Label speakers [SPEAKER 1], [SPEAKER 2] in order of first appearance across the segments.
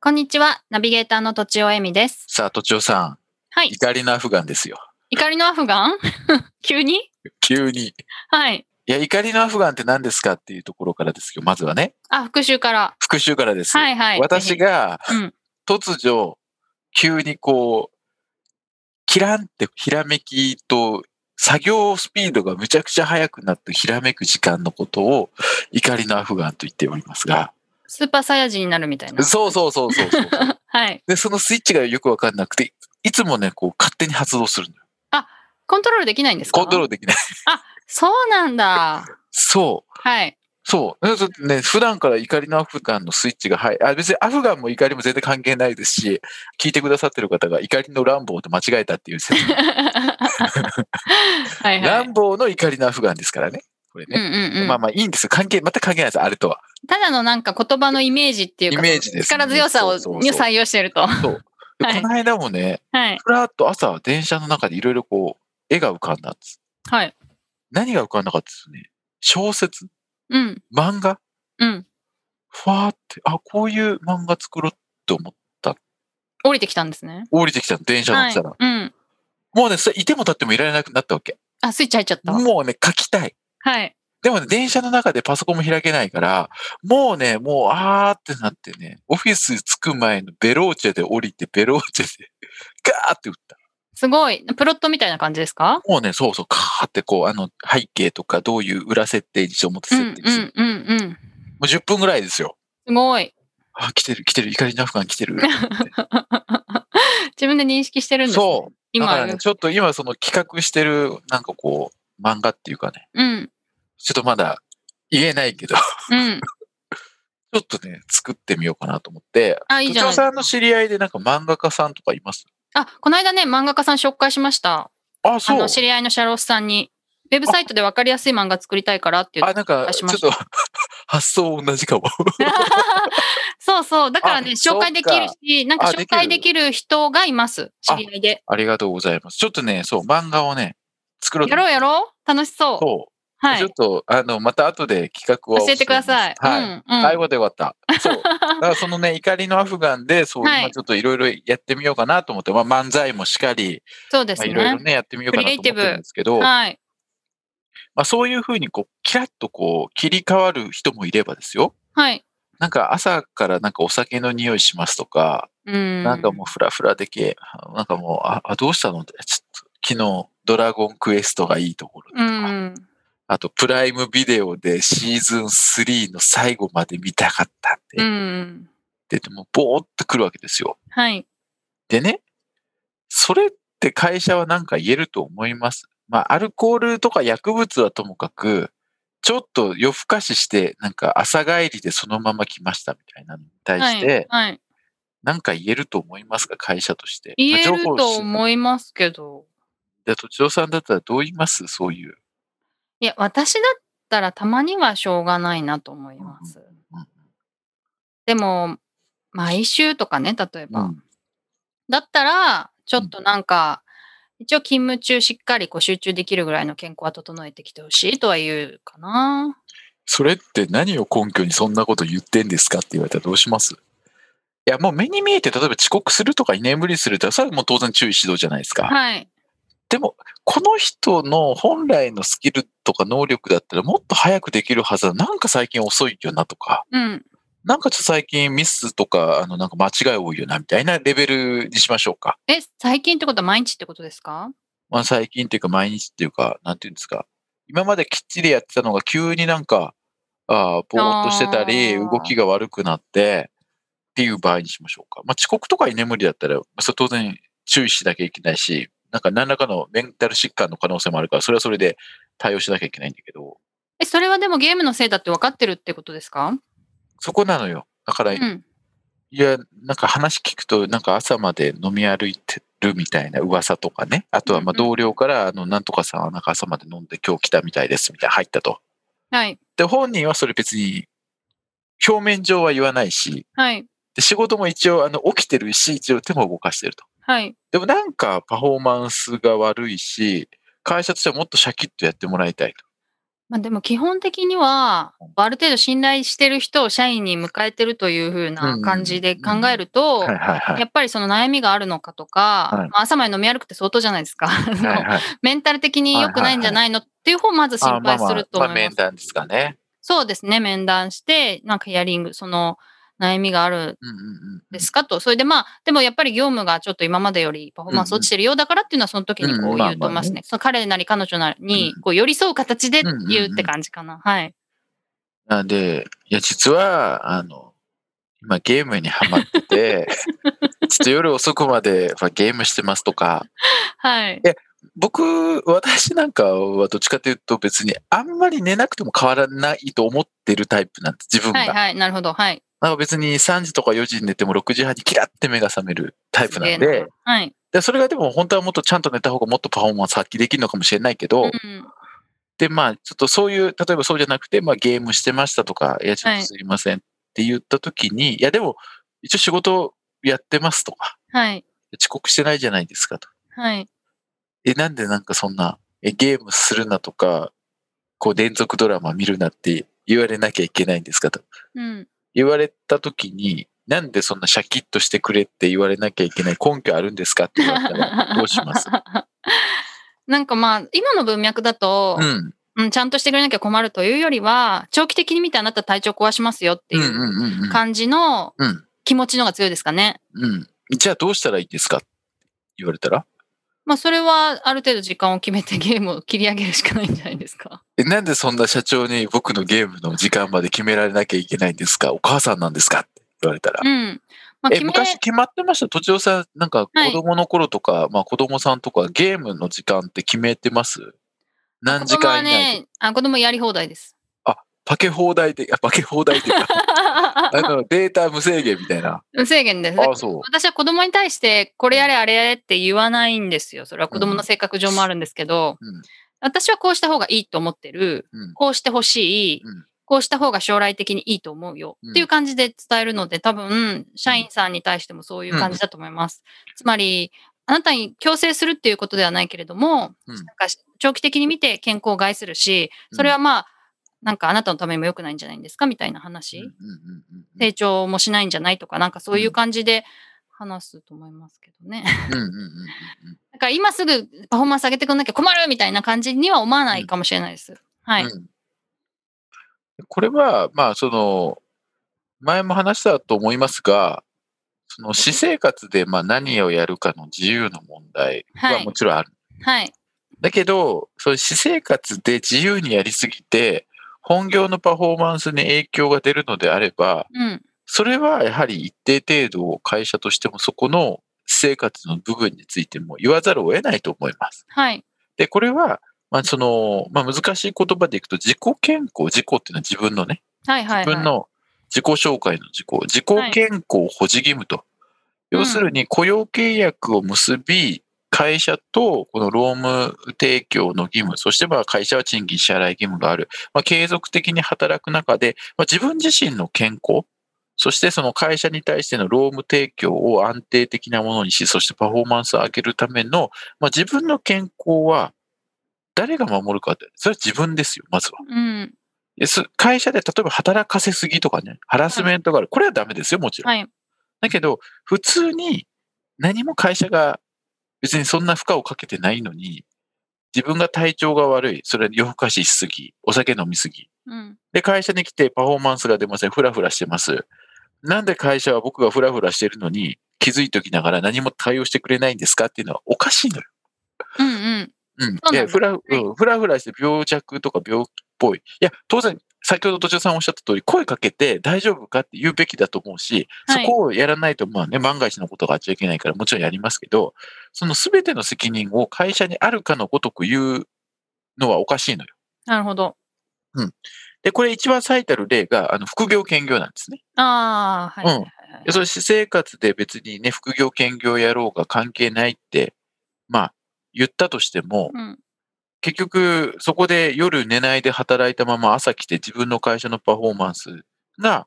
[SPEAKER 1] こんにちはナビゲーターのとちおえみです
[SPEAKER 2] さあ、とちおさ
[SPEAKER 1] は
[SPEAKER 2] ん、
[SPEAKER 1] い
[SPEAKER 2] 怒りのアフガンですよ。
[SPEAKER 1] 怒りのアフガン 急に
[SPEAKER 2] 急に。い
[SPEAKER 1] はい
[SPEAKER 2] や、怒りのアフガンって何ですかっていうところからですよ。まずはね、
[SPEAKER 1] あ復習から
[SPEAKER 2] 復習からです。
[SPEAKER 1] はいはい
[SPEAKER 2] 私が
[SPEAKER 1] ぜひうん
[SPEAKER 2] 突如、急にこう、キランってひらめきと、作業スピードがむちゃくちゃ速くなってひらめく時間のことを怒りのアフガンと言っておりますが。
[SPEAKER 1] スーパーサイヤ人になるみたいな
[SPEAKER 2] そうそうそうそうそう。
[SPEAKER 1] はい
[SPEAKER 2] で、そのスイッチがよくわかんなくて、いつもね、こう勝手に発動するのよ。
[SPEAKER 1] コントロールできないんですか
[SPEAKER 2] コントロールできない。
[SPEAKER 1] そうなんだ
[SPEAKER 2] そう。
[SPEAKER 1] はい
[SPEAKER 2] そう。だからね、普段から怒りのアフガンのスイッチが入あ、別にアフガンも怒りも全然関係ないですし、聞いてくださってる方が怒りの乱暴と間違えたっていう 説明。
[SPEAKER 1] はいはい
[SPEAKER 2] 乱暴の怒りのアフガンですからね。これ
[SPEAKER 1] うん
[SPEAKER 2] ね。
[SPEAKER 1] うんうん
[SPEAKER 2] まあまあいいんですよ。関係、全く関係ないです。あれとは。
[SPEAKER 1] ただのなんか言葉のイメージっていうか
[SPEAKER 2] イメージです
[SPEAKER 1] 力強さを
[SPEAKER 2] そうそうそう
[SPEAKER 1] に採用してるとは
[SPEAKER 2] そう。で
[SPEAKER 1] はい
[SPEAKER 2] この間もね、
[SPEAKER 1] い
[SPEAKER 2] ふらっと朝電車の中でいろいろこう、絵が浮かんだんです。
[SPEAKER 1] はい
[SPEAKER 2] 何が浮かんなかったですね。小説
[SPEAKER 1] うん
[SPEAKER 2] 漫画
[SPEAKER 1] うん
[SPEAKER 2] ふわーって、あ、こういう漫画作ろうって思って、
[SPEAKER 1] 降りてきたんですね
[SPEAKER 2] 降りてきたの、電車乗っ
[SPEAKER 1] は
[SPEAKER 2] て
[SPEAKER 1] い
[SPEAKER 2] たら。
[SPEAKER 1] うん
[SPEAKER 2] もうね、それいても立ってもいられなくなったわけ。
[SPEAKER 1] あスイッチ入っちゃった
[SPEAKER 2] もうね、書きたい。
[SPEAKER 1] はい
[SPEAKER 2] でもね、電車の中でパソコンも開けないから、もうね、もう、あーってなってね、オフィス着く前のベローチェで降りて、ベローチェで、 ガーって打った。
[SPEAKER 1] すごいプロットみたいな感じですか
[SPEAKER 2] もうね、そうそう、ガーってこう、あの、背景とか、どういう裏設定にして表
[SPEAKER 1] う
[SPEAKER 2] 設
[SPEAKER 1] ん
[SPEAKER 2] 定に
[SPEAKER 1] う
[SPEAKER 2] する。
[SPEAKER 1] んうんうん
[SPEAKER 2] もう10分ぐらいですよ。
[SPEAKER 1] すごい
[SPEAKER 2] あ、来てる、来てる、怒りのアフガン来 てる。
[SPEAKER 1] 自分で認識してるんですね
[SPEAKER 2] そう。だ
[SPEAKER 1] 今
[SPEAKER 2] からね、ちょっと今その企画してる、なんかこう、漫画っていうかね、
[SPEAKER 1] うん
[SPEAKER 2] ちょっとまだ言えないけど、ち
[SPEAKER 1] うん
[SPEAKER 2] ょっとね、作ってみようかなと思って、
[SPEAKER 1] あいい
[SPEAKER 2] 部
[SPEAKER 1] じゃな
[SPEAKER 2] 長
[SPEAKER 1] いですか
[SPEAKER 2] さんの知り合いでなんか漫画家さんとかいます
[SPEAKER 1] あこの間ね漫画家さん紹介しました
[SPEAKER 2] あ、
[SPEAKER 1] あ
[SPEAKER 2] そう
[SPEAKER 1] の。知り合いのシャロスさんにウェブサイトで分かりやすい漫画作りたいからって言っ
[SPEAKER 2] あ、
[SPEAKER 1] て
[SPEAKER 2] なんか、ち
[SPEAKER 1] 出し
[SPEAKER 2] ょ
[SPEAKER 1] ま
[SPEAKER 2] っ
[SPEAKER 1] した
[SPEAKER 2] と 発想同じかも。
[SPEAKER 1] そうそう。だからね、
[SPEAKER 2] あ
[SPEAKER 1] 紹介できるし、なんか
[SPEAKER 2] あできる
[SPEAKER 1] 紹介できる人がいます。知り合いで。
[SPEAKER 2] ありがとうございます。ちょっとね、そう、漫画をね、作ろうと
[SPEAKER 1] や
[SPEAKER 2] 思っ
[SPEAKER 1] ろう
[SPEAKER 2] て。
[SPEAKER 1] やろう楽しそう。
[SPEAKER 2] そう。
[SPEAKER 1] は
[SPEAKER 2] ちょっ
[SPEAKER 1] い。
[SPEAKER 2] と、あの、また後で企画を
[SPEAKER 1] 教えてください。
[SPEAKER 2] はい。
[SPEAKER 1] うんうん
[SPEAKER 2] あ、よかったよかった。そう。だから そのね、怒りのアフガンで、そう、
[SPEAKER 1] はい
[SPEAKER 2] 今ちょっといろいろやってみようかなと思って、まあ漫才もしかり、
[SPEAKER 1] そうです
[SPEAKER 2] まあいろいろ
[SPEAKER 1] ね。
[SPEAKER 2] ね、やってみようかなと思ってるんですけど、ま
[SPEAKER 1] はい。
[SPEAKER 2] あそういうふうにこう、キラッとこう、切り替わる人もいればですよ。
[SPEAKER 1] はい。
[SPEAKER 2] なんか朝からなんかお酒の匂いしますとか、
[SPEAKER 1] うん。
[SPEAKER 2] なんかもうフラフラでけ、なんかもう、あ、あどうしたのって、ちょっと昨日ドラゴンクエストがいいところと
[SPEAKER 1] う
[SPEAKER 2] か、
[SPEAKER 1] ん。
[SPEAKER 2] あとプライムビデオでシーズン3の最後まで見たかったって
[SPEAKER 1] う
[SPEAKER 2] 言っ
[SPEAKER 1] ん。
[SPEAKER 2] てて、もうボーっと来るわけですよ。
[SPEAKER 1] はい。
[SPEAKER 2] でね、それって会社はなんか言えると思います。まあ、アルコールとか薬物はともかく、ちょっと夜更かしして、なんか朝帰りでそのまま来ましたみたいなのに対
[SPEAKER 1] は
[SPEAKER 2] して、
[SPEAKER 1] い。はい。
[SPEAKER 2] なんか言えると思いますか会社として。
[SPEAKER 1] 言えると
[SPEAKER 2] う。
[SPEAKER 1] 思いますけど。
[SPEAKER 2] で、都庁さんだったらどう言いますそういう。
[SPEAKER 1] いや、私だったらたまにはしょうがないなと思います
[SPEAKER 2] うんうん。
[SPEAKER 1] でも、毎週とかね、例えば。
[SPEAKER 2] うん
[SPEAKER 1] だったら、ちょっとなんか、一応勤務中しっかりこう集中できるぐらいの健康は整えてきてほしいとは言うかな。
[SPEAKER 2] それって何を根拠にそんなこと言ってんですかって言われたらどうしますいや、もう目に見えて、例えば遅刻するとか居眠りするとか、それはもう当然注意指導じゃないですか。
[SPEAKER 1] はい。
[SPEAKER 2] でも、この人の本来のスキルとか能力だったらもっと早くできるはずだ。なんか最近遅いよなとか、
[SPEAKER 1] うん。
[SPEAKER 2] なんかちょっと最近ミスとか、あの、なんか間違い多いよなみたいなレベルにしましょうか。
[SPEAKER 1] え、最近ってことは毎日ってことですか
[SPEAKER 2] まあ、最近っていうか毎日っていうか、なんていうんですか、今まできっちりやってたのが急になんか、ああぼーっとしてたり、
[SPEAKER 1] あー
[SPEAKER 2] 動きが悪くなって、っていう場合にしましょうか。まあ、遅刻とか居眠りだったら、まあ、それ当然注意しなきゃいけないし、なんか何らかのメンタル疾患の可能性もあるから、それはそれで対応しなきゃいけないんだけど、
[SPEAKER 1] え、それはでもゲームのせいだって分かってるってことですか
[SPEAKER 2] そこなのよ。だから、
[SPEAKER 1] うん。
[SPEAKER 2] いや、なんか話聞くと、なんか朝まで飲み歩いてるみたいな噂とかね。あとはまあ
[SPEAKER 1] うんうん
[SPEAKER 2] 同僚から、あの、なんとかさんはなんか朝まで飲んで今日来たみたいですみたいな入ったと。
[SPEAKER 1] はい。
[SPEAKER 2] で、本人はそれ別に表面上は言わないし、
[SPEAKER 1] はい。
[SPEAKER 2] で仕事も一応あの起きてるし、一応手も動かしてると。
[SPEAKER 1] はい。
[SPEAKER 2] でもなんかパフォーマンスが悪いし、会社としてはもっとシャキッとやってもらいたいと。
[SPEAKER 1] まあでも基本的には、ある程度信頼してる人を社員に迎えてるというふうな感じで考えると、
[SPEAKER 2] はいはいはい。
[SPEAKER 1] やっぱりその悩みがあるのかと
[SPEAKER 2] は
[SPEAKER 1] か、
[SPEAKER 2] い
[SPEAKER 1] まあ朝まで飲み歩くって相当じゃないですか。
[SPEAKER 2] はいはい、
[SPEAKER 1] メンタル的に良くないんじゃないのっていう方をまず心配すると
[SPEAKER 2] あまあまあ、
[SPEAKER 1] 思い
[SPEAKER 2] まあ
[SPEAKER 1] ます。
[SPEAKER 2] 面談ですかね。
[SPEAKER 1] そうですね、面談して、なんかヒアリング、その悩みがある
[SPEAKER 2] うんうんうん。
[SPEAKER 1] んですかと、それでまあ、でもやっぱり業務がちょっと今までよりパフォーマンス落ちてるようだからっていうのは、その時にこ
[SPEAKER 2] う
[SPEAKER 1] うん
[SPEAKER 2] まあ
[SPEAKER 1] 言うと思います
[SPEAKER 2] ま
[SPEAKER 1] ね。その彼なり彼女なりに
[SPEAKER 2] うん
[SPEAKER 1] こう寄り添う形で
[SPEAKER 2] うん
[SPEAKER 1] 言うって感じかな。はい。
[SPEAKER 2] なんで、いや、実は、あの、今ゲームにハマって て、ちょっと夜遅くまでまあゲームしてますとか、
[SPEAKER 1] はい。
[SPEAKER 2] 僕、私なんかはどっちかというと別にあんまり寝なくても変わらないと思ってるタイプなんです、自分が。
[SPEAKER 1] はいはい。なるほど。はい。
[SPEAKER 2] なんか別に3時とか4時に寝ても6時半にキラッて目が覚めるタイプなんで、
[SPEAKER 1] はい。
[SPEAKER 2] でそれがでも本当はもっとちゃんと寝た方がもっとパフォーマンス発揮できるのかもしれないけど、
[SPEAKER 1] うん。
[SPEAKER 2] で、まあ、ちょっとそういう、例えばそうじゃなくて、まあ、ゲームしてましたとか、いや、ちょっ
[SPEAKER 1] はい
[SPEAKER 2] とすいませんって言ったときに、い、や、でも、一応仕事やってますとか、
[SPEAKER 1] はい。
[SPEAKER 2] 遅刻してないじゃないですかと。
[SPEAKER 1] はい。
[SPEAKER 2] え、なんでなんかそんな、え、ゲームするなとか、こう、連続ドラマ見るなって言われなきゃいけないんですかと。
[SPEAKER 1] うん。
[SPEAKER 2] 言われたときに、なんでそんなシャキッとしてくれって言われなきゃいけない根拠あるんですかって言われたら、どうします
[SPEAKER 1] なんかまあ、今の文脈だと、
[SPEAKER 2] うん。
[SPEAKER 1] うん、ちゃんとしてくれなきゃ困るというよりは、長期的に見てあなた体調壊しますよって
[SPEAKER 2] うんう
[SPEAKER 1] い
[SPEAKER 2] ん
[SPEAKER 1] う
[SPEAKER 2] うんうん。
[SPEAKER 1] 感じの
[SPEAKER 2] うん
[SPEAKER 1] 気持ちの方が強いですかね。
[SPEAKER 2] うん。じゃあどうしたらいいですかって言われたら
[SPEAKER 1] まあ、それはある程度時間を決めて ゲームを切り上げるしかないんじゃないですか。
[SPEAKER 2] え、なんでそんな社長に僕のゲームの時間まで決められなきゃいけないんですかお母さんなんですかって言われたら
[SPEAKER 1] う。ん。まあ、
[SPEAKER 2] え、
[SPEAKER 1] 決め、
[SPEAKER 2] 昔決まってましたとちおさん、なんか
[SPEAKER 1] はい
[SPEAKER 2] 子供の頃とか、まあ子供さんとかゲームの時間って決めてます何時
[SPEAKER 1] 子供は
[SPEAKER 2] 間以内で
[SPEAKER 1] ね、あ、子供やり放 題です。
[SPEAKER 2] パケ放題で、あ、パケ放題っていうか、 あの、データ無制限みたいな。
[SPEAKER 1] 無制限です。
[SPEAKER 2] あ、そう。
[SPEAKER 1] 私は子供に対して、これやれあれやれって言わないんですよ。それは子供の性格上もあるんですけど、
[SPEAKER 2] うん
[SPEAKER 1] 私はこうした方がいいと思ってる、
[SPEAKER 2] うん
[SPEAKER 1] こうしてほしい、
[SPEAKER 2] うん
[SPEAKER 1] こうした方が将来的にいいと思うよ、
[SPEAKER 2] うん
[SPEAKER 1] っていう感じで伝えるので、多分、社員さんに対してもそういう感じだと思います。つまり、あなたに強制するっていうことではないけれども、
[SPEAKER 2] うん
[SPEAKER 1] なんか長期的に見て健康を害するし、それはまあ、なんかあなたのためにも良くないんじゃないんですかみたいな話。
[SPEAKER 2] うんうんうんうんうん
[SPEAKER 1] 成長もしないんじゃないとか、なんかそういう感じで話すと思いますけどね。
[SPEAKER 2] うんうんうんうんうん
[SPEAKER 1] だから今すぐパフォーマンス上げてくんなきゃ困るみたいな感じには思わないかもしれないです。はい。
[SPEAKER 2] うんこれは、まあ、その、前も話したと思いますが、その私生活でまあ何をやるかの自由の問題
[SPEAKER 1] は
[SPEAKER 2] はいも。ちろんある。
[SPEAKER 1] はい。
[SPEAKER 2] だけど、その私生活で自由にやりすぎて、本業のパフォーマンスに影響が出るのであれば、
[SPEAKER 1] うん。
[SPEAKER 2] それはやはり一定程度会社としてもそこの私生活の部分についても言わざるを得ないと思います。
[SPEAKER 1] はい。
[SPEAKER 2] で、これは、まあその、まあ難しい言葉でいくと自己健康、自己っていうのは自分のね、
[SPEAKER 1] はい。はい。
[SPEAKER 2] 自分の自己紹介の自己、自己健康保持義務と。要するに雇用契約を結び、会社とこの労務提供の義務、そしてまあ会社は賃金支払い義務がある。まあ、継続的に働く中で、まあ、自分自身の健康、そしてその会社に対しての労務提供を安定的なものにし、そしてパフォーマンスを上げるための、まあ、自分の健康は誰が守るかって、それは自分ですよ、まずは。
[SPEAKER 1] うん。
[SPEAKER 2] です会社で例えば働かせすぎとかね、ハラスメントがある。これはダメですよ、もちろん。
[SPEAKER 1] はい。
[SPEAKER 2] だけど、普通に何も会社が別にそんな負荷をかけてないのに、自分が体調が悪い、それは夜更かししすぎ、お酒飲みすぎ。
[SPEAKER 1] うん。
[SPEAKER 2] で、会社に来てパフォーマンスが出ません、フラフラしてます。なんで会社は僕がフラフラしてるのに気づいておきながら何も対応してくれないんですかっていうのはおかしいのよ。
[SPEAKER 1] うん。うん。
[SPEAKER 2] うん
[SPEAKER 1] そうなん。
[SPEAKER 2] い
[SPEAKER 1] だ
[SPEAKER 2] や、ふら、う
[SPEAKER 1] はい
[SPEAKER 2] ん、ふらふらして病弱とか病気っぽい。いや、当然、先ほど土壌さんおっしゃった通り、声かけて大丈夫かって言うべきだと思うし、
[SPEAKER 1] はい
[SPEAKER 2] そこをやらないと、まあね、万が一のことがあっちゃいけないから、もちろんやりますけど、その全ての責任を会社にあるかのごとく言うのはおかしいのよ。
[SPEAKER 1] なるほど。
[SPEAKER 2] で、これ一番最たる例が、あの、副業兼業なんですね。
[SPEAKER 1] ああ、はい。
[SPEAKER 2] うん
[SPEAKER 1] はい
[SPEAKER 2] それ私生活で別にね、副業兼業やろうが関係ないって、まあ、言ったとしても、
[SPEAKER 1] うん
[SPEAKER 2] 結局、そこで夜寝ないで働いたまま朝来て自分の会社のパフォーマンスが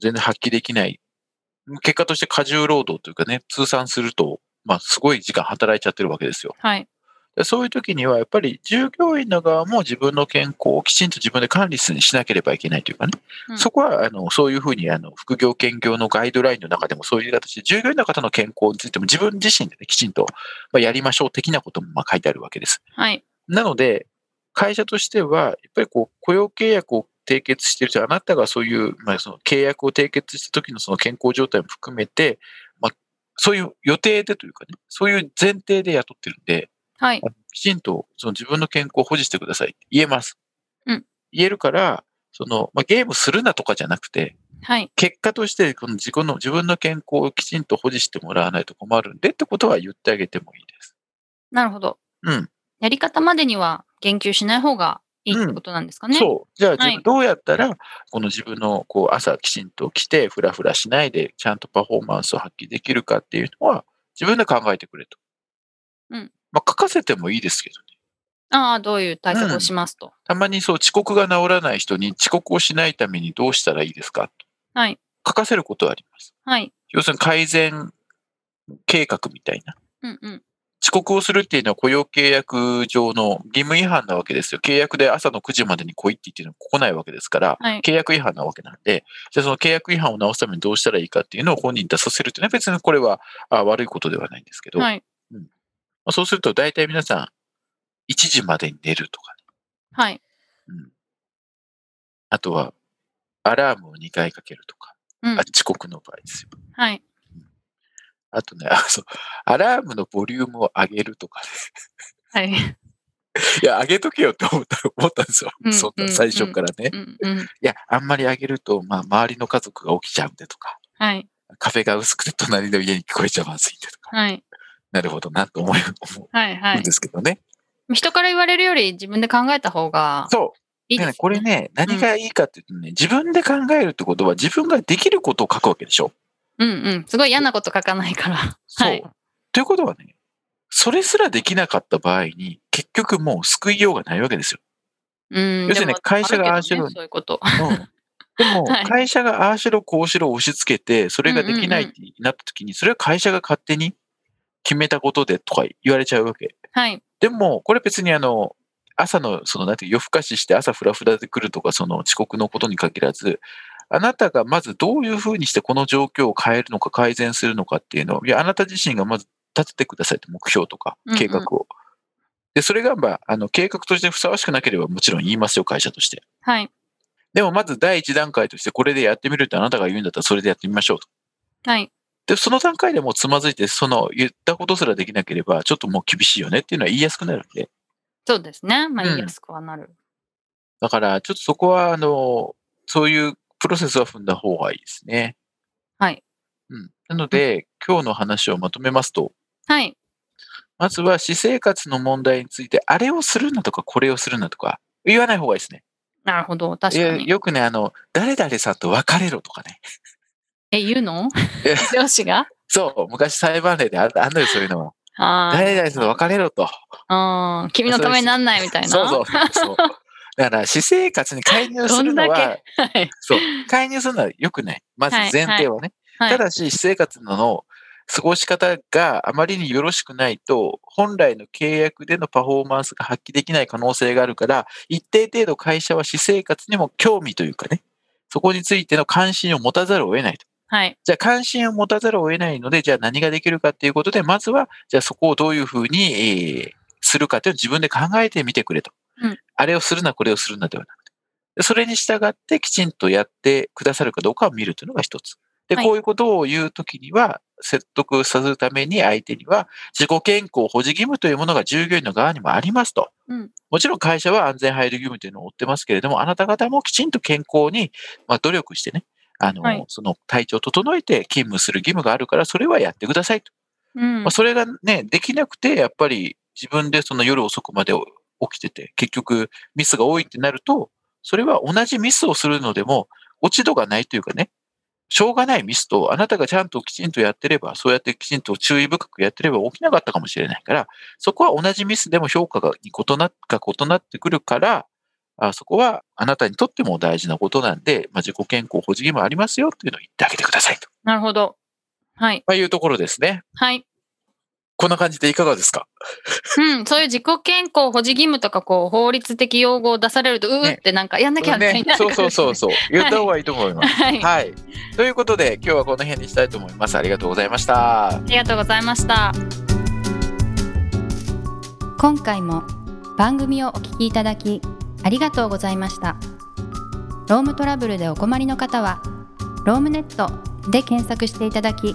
[SPEAKER 2] 全然発揮できない。結果として過重労働というかね、通算すると、まあ、すごい時間働いちゃってるわけですよ。
[SPEAKER 1] はい
[SPEAKER 2] でそういう時には、やっぱり従業員の側も自分の健康をきちんと自分で管理しなければいけないというかね、
[SPEAKER 1] うん
[SPEAKER 2] そこはあのそういうふうにあの副業、兼業のガイドラインの中でもそういう形で、従業員の方の健康についても自分自身で、ね、きちんと、まあ、やりましょう的なこともまあ書いてあるわけです。
[SPEAKER 1] はい
[SPEAKER 2] なので、会社としては、やっぱりこう雇用契約を締結している人、あなたがそういう、まあ、その契約を締結した時のその健康状態も含めて、まあ、そういう予定でというかね、そういう前提で雇ってるんで、
[SPEAKER 1] はい
[SPEAKER 2] きちんとその自分の健康を保持してくださいって言えます。
[SPEAKER 1] うん
[SPEAKER 2] 言えるから、そのまあ、ゲームするなとかじゃなくて、
[SPEAKER 1] はい
[SPEAKER 2] 結果としてこの自己の自分の健康をきちんと保持してもらわないと困るんでってことは言ってあげてもいいです。
[SPEAKER 1] なるほど
[SPEAKER 2] うん
[SPEAKER 1] やり方までには言及しない方がいいってことなんですかね、
[SPEAKER 2] そう。じゃあ自分、
[SPEAKER 1] はい
[SPEAKER 2] どうやったら、この自分のこう朝きちんと来て、ふらふらしないで、ちゃんとパフォーマンスを発揮できるかっていうのは、自分で考えてくれと。
[SPEAKER 1] うん
[SPEAKER 2] まあ、書かせてもいいですけどね。
[SPEAKER 1] ああどういう対策
[SPEAKER 2] う
[SPEAKER 1] を
[SPEAKER 2] ん
[SPEAKER 1] しますと、
[SPEAKER 2] たまにそう遅刻が治らない人に遅刻をしないためにどうしたらいいですかと
[SPEAKER 1] はい
[SPEAKER 2] 書かせることはあります。
[SPEAKER 1] はい
[SPEAKER 2] 要するに改善計画みたいな。
[SPEAKER 1] うんうん
[SPEAKER 2] 遅刻をするっていうのは雇用契約上の義務違反なわけですよ。契約で朝の9時までに来いって言ってるの来ないわけですから、
[SPEAKER 1] はい
[SPEAKER 2] 契約違反なわけなんで、じゃあその契約違反を直すためにどうしたらいいかっていうのを本人に出させるっていうのは別にこれはあ悪いことではないんですけど、
[SPEAKER 1] はい
[SPEAKER 2] まあそうすると大体皆さん1時までに寝るとかね
[SPEAKER 1] はい
[SPEAKER 2] あとは、アラームを2回かけるとか、
[SPEAKER 1] うん
[SPEAKER 2] あ遅刻の場合ですよ。
[SPEAKER 1] はい
[SPEAKER 2] あとね、あそう、アラームのボリュームを上げるとかね。
[SPEAKER 1] はい
[SPEAKER 2] いや、上げとけよって思った思ったんですよ。
[SPEAKER 1] うん
[SPEAKER 2] そん
[SPEAKER 1] う
[SPEAKER 2] なん最初からね。
[SPEAKER 1] うんうん
[SPEAKER 2] いや、あんまり上げると、まあ、周りの家族が起きちゃうんでとか、
[SPEAKER 1] はい
[SPEAKER 2] 壁が薄くて隣の家に聞こえちゃまずいんでとか、
[SPEAKER 1] はい
[SPEAKER 2] なるほどなと思い思
[SPEAKER 1] はいは
[SPEAKER 2] うん
[SPEAKER 1] い
[SPEAKER 2] ですけどね。
[SPEAKER 1] 人から言われるより自分で考えた方が
[SPEAKER 2] そう。
[SPEAKER 1] いいで
[SPEAKER 2] だ
[SPEAKER 1] す
[SPEAKER 2] から
[SPEAKER 1] ね
[SPEAKER 2] これね、何がいいかっていうとね、自分で考えるってことは自分ができることを書くわけでしょ。
[SPEAKER 1] うんうんすごい嫌なこと書かないから
[SPEAKER 2] そう。
[SPEAKER 1] はい
[SPEAKER 2] ということはね、それすらできなかった場合に、結局もう救いようがないわけ ですよ。
[SPEAKER 1] うん
[SPEAKER 2] 要するに
[SPEAKER 1] でも
[SPEAKER 2] 会社が
[SPEAKER 1] あ
[SPEAKER 2] あ
[SPEAKER 1] る
[SPEAKER 2] あし
[SPEAKER 1] けど
[SPEAKER 2] ろ
[SPEAKER 1] ねそういうこと
[SPEAKER 2] うんでも、
[SPEAKER 1] はい
[SPEAKER 2] 会社がああしろこうしろ押し付けて、それができないってなった時に、それは会社が勝手に決めたことでとか言われちゃうわけ。
[SPEAKER 1] はい
[SPEAKER 2] でも、これ別にあの、朝の、その、なんていう、夜更かしして朝フラフラで来るとか、その遅刻のことに限らず、あなたがまずどういうふうにしてこの状況を変えるのか改善するのかっていうのを、いや、あなた自身がまず立ててくださいって目標とか
[SPEAKER 1] うんうん
[SPEAKER 2] 計画を。で、それが、まあ、あの、計画としてふさわしくなければもちろん言いますよ、会社として。
[SPEAKER 1] はい
[SPEAKER 2] でもまず第一段階として、これでやってみるってあなたが言うんだったら、それでやってみましょうと。
[SPEAKER 1] はい
[SPEAKER 2] で、その段階でもうつまずいて、その言ったことすらできなければ、ちょっともう厳しいよねっていうのは言いやすくなるんで。
[SPEAKER 1] そうですねまあ
[SPEAKER 2] うん
[SPEAKER 1] 言いやすくはなる
[SPEAKER 2] だから、ちょっとそこは、あの、そういうプロセスは踏んだ方がいいですね。
[SPEAKER 1] はい
[SPEAKER 2] うん。なので、今日の話をまとめますと、
[SPEAKER 1] はい
[SPEAKER 2] まずは私生活の問題について、あれをするなとか、これをするなとか、言わない方がいいですね。
[SPEAKER 1] なるほど確
[SPEAKER 2] い
[SPEAKER 1] か
[SPEAKER 2] や
[SPEAKER 1] に
[SPEAKER 2] よくね、あの、誰々さんと別れろとかね。
[SPEAKER 1] え言うの
[SPEAKER 2] いや
[SPEAKER 1] 上司が
[SPEAKER 2] そう、昔裁判例でああんのよ、そういうのも。
[SPEAKER 1] あ
[SPEAKER 2] 誰々さんと別れろと。
[SPEAKER 1] あ君のためになんないみたいな
[SPEAKER 2] そうそうそう。だから、私生活に介入するの
[SPEAKER 1] どんだ
[SPEAKER 2] は、
[SPEAKER 1] はい
[SPEAKER 2] そう、介入するのは良くない。まず前提はね。
[SPEAKER 1] はい
[SPEAKER 2] ただし、私生活のの過ごし方があまりによろしくないと、本来の契約でのパフォーマンスが発揮できない可能性があるから、一定程度会社は私生活にも興味というかね、そこについての関心を持たざるを得ないと。
[SPEAKER 1] はい
[SPEAKER 2] じゃあ関心を持たざるを得ないので、じゃあ何ができるかっていうことで、まずは、じゃあそこをどういうふうに、えーするかっていうのを自分で考えてみてくれと。
[SPEAKER 1] うん
[SPEAKER 2] あれをするな、これをするなではなくて。でそれに従ってきちんとやってくださるかどうかを見るというのが一つ。で、
[SPEAKER 1] はい
[SPEAKER 2] こういうことを言うときには、説得させるために相手には、自己健康保持義務というものが従業員の側にもありますと。
[SPEAKER 1] うん
[SPEAKER 2] もちろん会社は安全配慮義務というのを負ってますけれども、あなた方もきちんと健康に、まあ、努力してね、あの、
[SPEAKER 1] はい
[SPEAKER 2] その体調を整えて勤務する義務があるから、それはやってくださいと。
[SPEAKER 1] うん
[SPEAKER 2] まあ、それがね、できなくて、やっぱり自分でその夜遅くまで起きてて、結局ミスが多いってなると、それは同じミスをするのでも、落ち度がないというかね、しょうがないミスと、あなたがちゃんときちんとやってれば、そうやってきちんと注意深くやってれば起きなかったかもしれないから、そこは同じミスでも評価が異なが異なってくるから、あそこはあなたにとっても大事なことなんで、まあ、自己健康保持義務ありますよっていうのを言ってあげてくださいと。
[SPEAKER 1] なるほど。はい。
[SPEAKER 2] まあいうところですね。
[SPEAKER 1] はい。
[SPEAKER 2] こんな感じでいかがですか
[SPEAKER 1] うん、そういう自己健康保持義務とか、こう、法律的用語を出されると、うーってなんかやんなきゃみたいな、ねね、
[SPEAKER 2] そうそう そうそう。言った方がいいと思います、はい。はい。ということで、今日はこの辺にしたいと思います。ありがとうございました。あ
[SPEAKER 1] りがとうございました。今回も番組をお聞きいただき、ありがとうございました。ロームトラブルでお困りの方は、ロームネットで検索していただき、